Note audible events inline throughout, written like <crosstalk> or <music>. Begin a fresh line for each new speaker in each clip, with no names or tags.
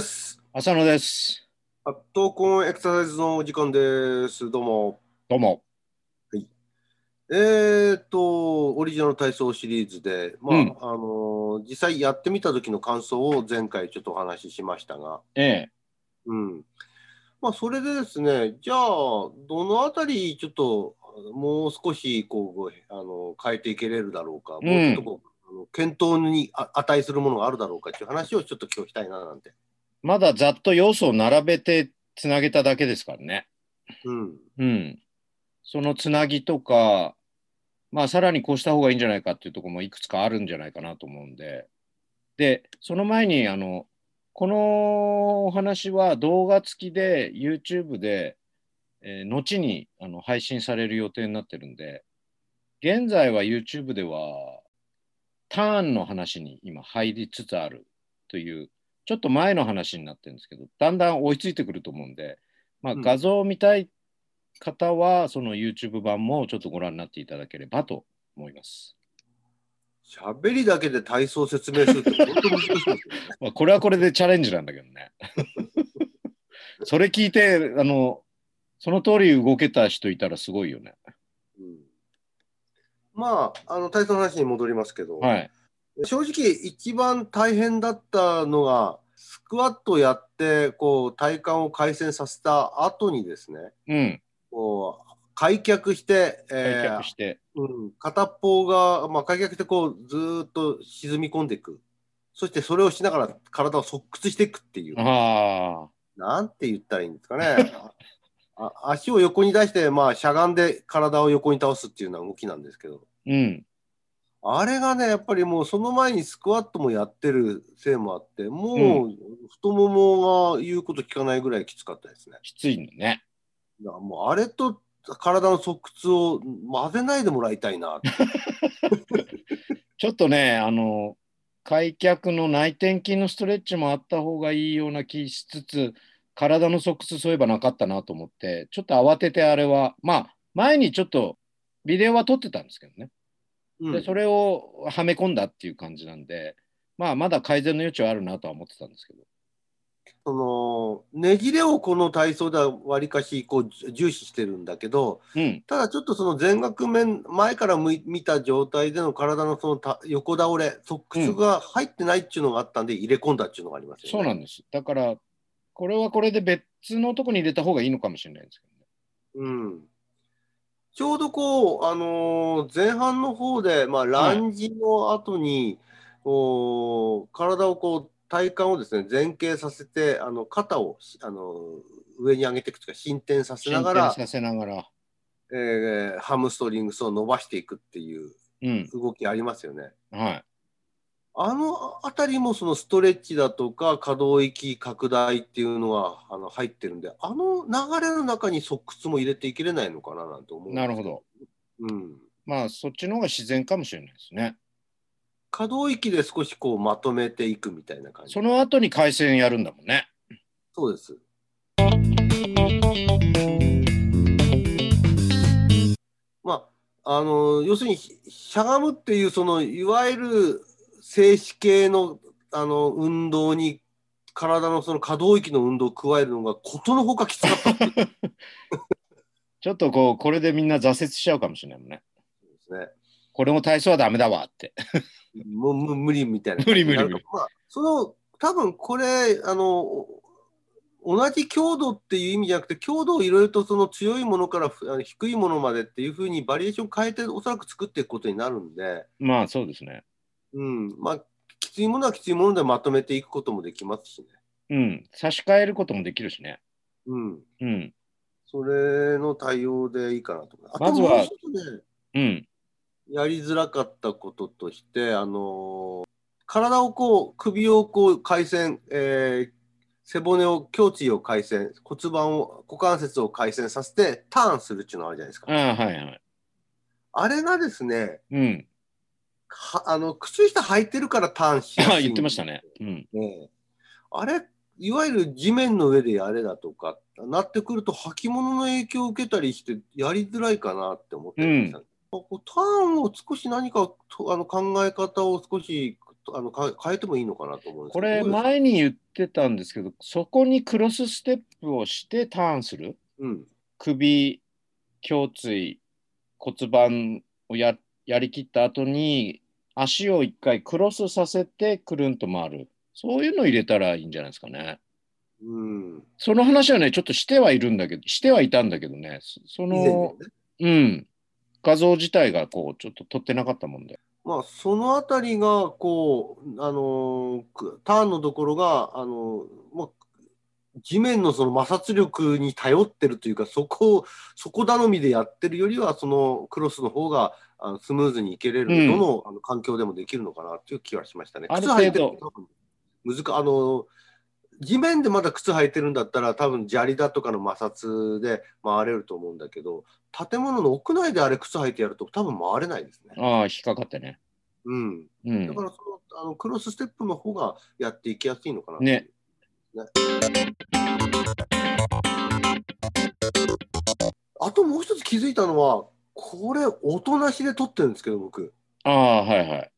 浅野です。
アットコンエクササイズのお時間です。どうも。
どうも。
えー、と、オリジナル体操シリーズで、まあ、
うん
あのー実際やってみた時の感想を前回ちょっとお話ししましたが、
ええ。
うん。まあ、それでですね、じゃあ、どのあたりちょっと、もう少し、こう、あの、変えていけれるだろうか、
ん
もうちょっとこう、あの検討にあ値するものがあるだろうかっていう話をちょっと今日したいななんて。
まだざっと要素を並べてつなげただけですからね。
うん。
うん。そのつなぎとか、まあ、さらにこうした方がいいんじゃないかっていうところもいくつかあるんじゃないかなと思うんで。で、その前に、あの、このお話は動画付きで YouTube で、えー後にあの配信される予定になってるんで、現在は YouTube ではターンの話に今入りつつあるという、ちょっと前の話になってるんですけど、だんだん追いついてくると思うんで、まあ、
うん
画像を見たい方は、その YouTube 版もちょっとご覧になっていただければと思います。
喋りだけで体操説明するって本当難しいですよね。
まあ、これはこれでチャレンジなんだけどね。それ聞いて、あの、その通り動けた人いたらすごいよね。
うんまあ、あの体操の話に戻りますけど、
はい。
正直、一番大変だったのが、スクワットをやってこう体幹を回旋させた後にですね、
うん。
こう開脚して、え
開
ー
脚して。
うん、片方が、まあ、開脚してこうずーっと沈み込んでいく、そしてそれをしながら体を側屈していくっていう、
ああ。
なんて言ったらいいんですかね。あ足を横に出して、まあ、しゃがんで体を横に倒すっていうような動きなんですけど、
うん。
あれがね、やっぱりもうその前にスクワットもやってるせいもあって、もう太ももが言うこと聞かないぐらいきつかったですね。
きついのね。
だからもうあれと体の側屈を混ぜないでもらいたいなって。
ちょっとね、あの、開脚の内転筋のストレッチもあった方がいいような気しつつ、体の側屈そういえばなかったなと思って、ちょっと慌ててあれは、まあ、前にちょっとビデオは撮ってたんですけどね。
うん
<laughs> でそれをはめ込んだっていう感じなんで、まあ、まだ改善の余地はあるなとは思ってたんですけど、
そのねじれをこの体操ではわりかしこう重視してるんだけど、
うん、
ただちょっとその前額面、前から向い見た状態での体のそのた横倒れ、側屈が入ってないっていうのがあったんで、入れ込んだっていうのがありますよね。
そうなんです。だから、これはこれで別のとこに入れた方がいいのかもしれないんですけどね。
うんちょうどこう、あのー前半の方で、まあ、ランジの後に、こう体をこう体幹をですね前傾させてあの肩を、あのー上に上げていくというか進展させな
進
が
展
ら、
させながら。
えーハムストリングスを伸ばしていくっていう
うん、
動きありますよね。
はい。
あのあたりもそのストレッチだとか可動域拡大っていうのがあの入ってるんであの流れの中に側屈も入れていけれないのかななんて思うんです
な
よ
るほど。
うん、
まあ、そっちの方が自然かもしれないですね。
可動域で少しこうまとめていくみたいな感じ。
その後に回線やるんだもんね。
そうです。まあ、あの要するにししゃがむっていうそのいわゆる静止系のあの運動に体のその可動域の運動を加えるのがことのほかきつかったっていうこ
ちょっとこう、これでみんな挫折しちゃうかもしれないもんね。
とですね。
これも体操はダメだわって。 <laughs>
もうむ無理みたいな。
無理無理無理
なんかまあ、その、多分これ、あの、お同じ強度っていう意味じゃなくて、強度をいろいろとその強いものからふあの低いものまでっていうふうにバリエーション変えて、おそらく作っていくことになるんで、
まあ、そうですね。
うん、まあ、きついものはきついものでまとめていくこともできますしね。
うん、差し替えることもできるしね。
うん。
うん、
それの対応でいいかなと思います。あ
ま
と
ず
も
は
う一つね、
うん、
やりづらかったこととして、あのー体をこう、首をこう、回旋、えー背骨を、胸椎を回旋、骨盤を、股関節を回旋させて、ターンするっていうのがあるじゃないですか。
ああ、はいはい。
あれがですね、
うん。
はあの靴下履いてるからターンしやすいん
あ
で
<laughs> 言ってましたね。うん。
ねあれ、いわゆる地面の上でやれだとか、なってくると履物の影響を受けたりして、やりづらいかなって思ってました、ねこうターンを少し何かとあの考え方を少しあのか変えてもいいのかなと思うんです
こ
けど
れ
どうです
前に言ってたんですけど、そこにクロスステップをしてターンする。
うん、
首、胸椎、骨盤をややりきった後に、足を一回クロスさせてくるんと回る。そういうの入れたらいいんじゃないですかね。
うん、
その話はね、ちょっとしてはいるんだけど、してはいたんだけどね、そそ
以前ね
の、うん、画像自体がこう、ちょっと撮ってなかったもんで。
まあ、そのあたりがこう、あのーくターンのところが、あのーまあ、地面のその摩擦力に頼ってるというかそこをそこ頼みでやってるよりはそのクロスの方があのスムーズにいけれる、
うん
どのあの環境でもできるのかなという気はしましたね。
ある
靴
程度
履いてると多分難かあのー地面でまだ靴履いてるんだったら多分砂利だとかの摩擦で回れると思うんだけど建物の屋内であれ靴履いてやると多分回れないですね。
ああ、引っかかってね。
うん
う
だ
ん
か。らそのあのクロスステップの方がやっていきやすいのかな。
ね。
あともう一つ気づいたのは、これ、音なしで撮ってるんですけど、僕。
ああ、はいは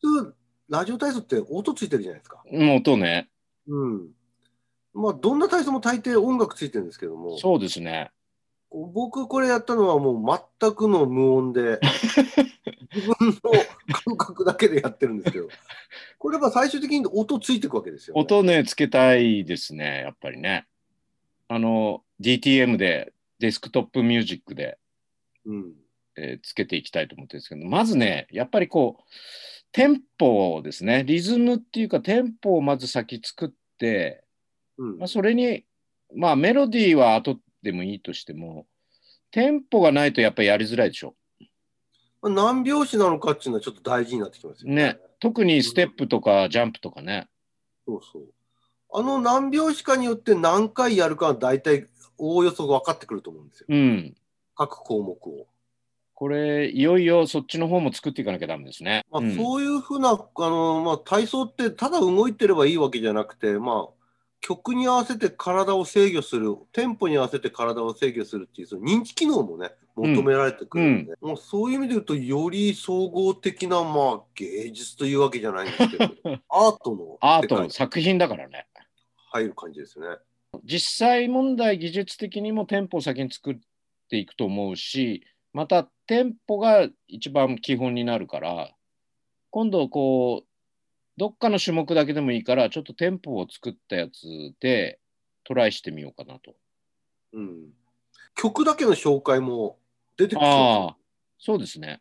普通、ラジオ体操って音ついてるじゃないですか。
い。うん音ね。
うん。まあ、どんな体操も大抵音楽ついてるんですけども、
そうですね。
僕、これやったのはもう全くの無音
<laughs>
で、自分の感覚だけでやってるんですけど、これは最終的に音ついてくわけですよ、ね。
音ね、つけたいですね、やっぱりね。あの、DTM で、デスクトップミュージックで、
うん。
えーつけていきたいと思ってるんですけど、まずね、やっぱりこう、テンポですね、リズムっていうか、テンポをまず先作って、
うん
まあ、それに、まあ、メロディーは後でもいいとしても、テンポがないとやっぱりやりづらいでしょ。
まあ何拍子なのかっていうのはちょっと大事になってきますよ
ね。特にステップとかジャンプとかね。
そうそう。あの何拍子かによって何回やるかは大体おおよそ分かってくると思うんですよ。
うん。
各項目を。
これ、いよいよそっちの方も作っていかなきゃダメですね。
まあ
うん、
そういうふうな、あのまあ、体操ってただ動いてればいいわけじゃなくて、まあ、曲に合わせて体を制御するテンポに合わせて体を制御するっていうその認知機能もね求められてくるので、まあ、そういう意味で言うとより総合的な、まあ、芸術というわけじゃないんです
<laughs>
けどアートの
アー
世
ト
界
の
に
作品だからね。
入る感じですね。
実際問題技術的にもテンポを先に作っていくと思うしまたテンポが一番基本になるから今度こうどっかの種目だけでもいいからちょっとテンポを作ったやつでトライしてみようかなと。
うん、曲だけの紹介も出てくる
ああそうですね、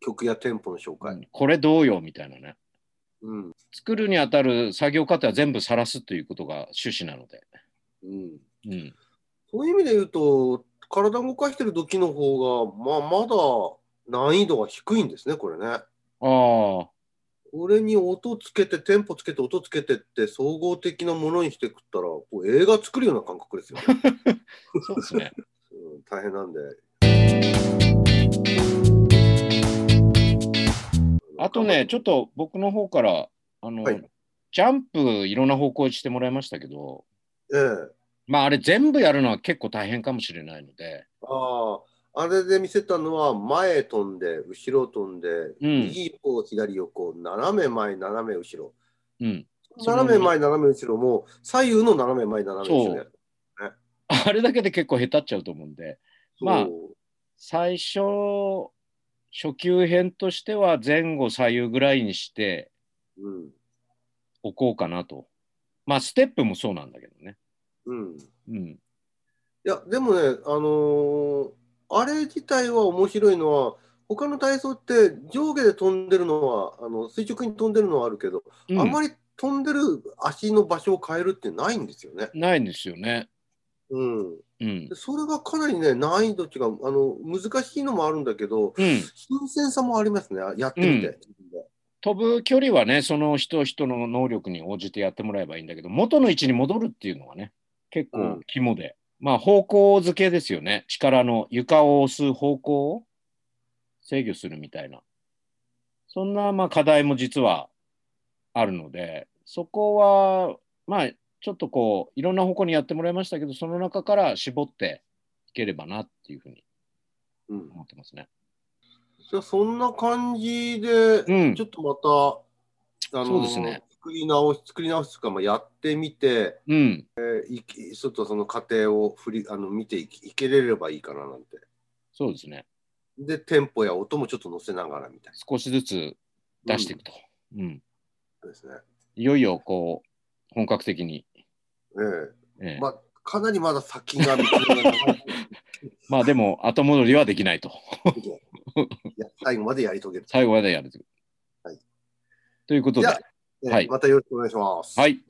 曲やテンポの紹介。
これどうよみたいなね
うん
作るにあたる作業過程は全部晒すということが趣旨なので、
うん、
うん、
そういう意味で言うと体動かしてる時の方が、まあ、まだ難易度が低いんですねこれね。
ああ
これに音つけてテンポつけて音つけてって総合的なものにしてくったらこう映画作るような感覚ですよね。
<laughs> そうですね
うん大変なんで。
あとね、ちょっと僕の方から、あの、
はい
ジャンプいろんな方向にしてもらいましたけど、
ええ
まああれ全部やるのは結構大変かもしれないので、
ああ、あれで見せたのは前飛んで後ろ飛んで、
うん
右横左横斜め前斜め後ろ
うん。 <laughs> その
斜め前斜め後ろも左右の斜め前斜め後ろやる
あれだけで結構下手っちゃうと思うんで、
そう
まあ最初、初級編としては前後左右ぐらいにして
うん
おこうかなと。まあステップもそうなんだけどね。
うんい
うん。
やでもねあのーあれ自体は面白いのは他の体操って上下で飛んでるのはあの垂直に飛んでるのはあるけど、
うん
あんまり飛んでる足の場所を変えるってないんですよね。
ないんですよね。
うん
うん
で。それがかなりね、難易度違う、あの、難しいのもあるんだけど、
うん。
新鮮さもありますね、やってみて。
飛ぶ距離はね、その人人の能力に応じてやってもらえばいいんだけど、元の位置に戻るっていうのがね、結
う
構
ん
肝で。まあ方向付けですよね。力の床を押す方向を制御するみたいな。そんなまあ課題も実はあるので、そこはまあちょっとこう、いろんな方向にやってもらいましたけど、その中から絞っていければなっていうふうに
うん。
思ってますね。
じゃあそんな感じで、
うん
ちょっとまた、あの
そうですね
作り直し、作り直しというか、まあ、やってみて、
うん。
えーいきちょっとその過程を振りあの見ていきいけれればいいかななんて。
そうですね。
で、テンポや音もちょっと乗せながらみたい
少しずつ
な。
出していくと。うん。
うんですね。
いよいよ、こう、本格的に。
え
え
え
え
まあ、かなりまだ先が見つめられ <laughs> ない
まあでも、後戻りはできないと。
いや最後までやり遂げる。
最後までやるという。
はい
ということで、
いや
はい
ええまたよろしくお願いします。
はい。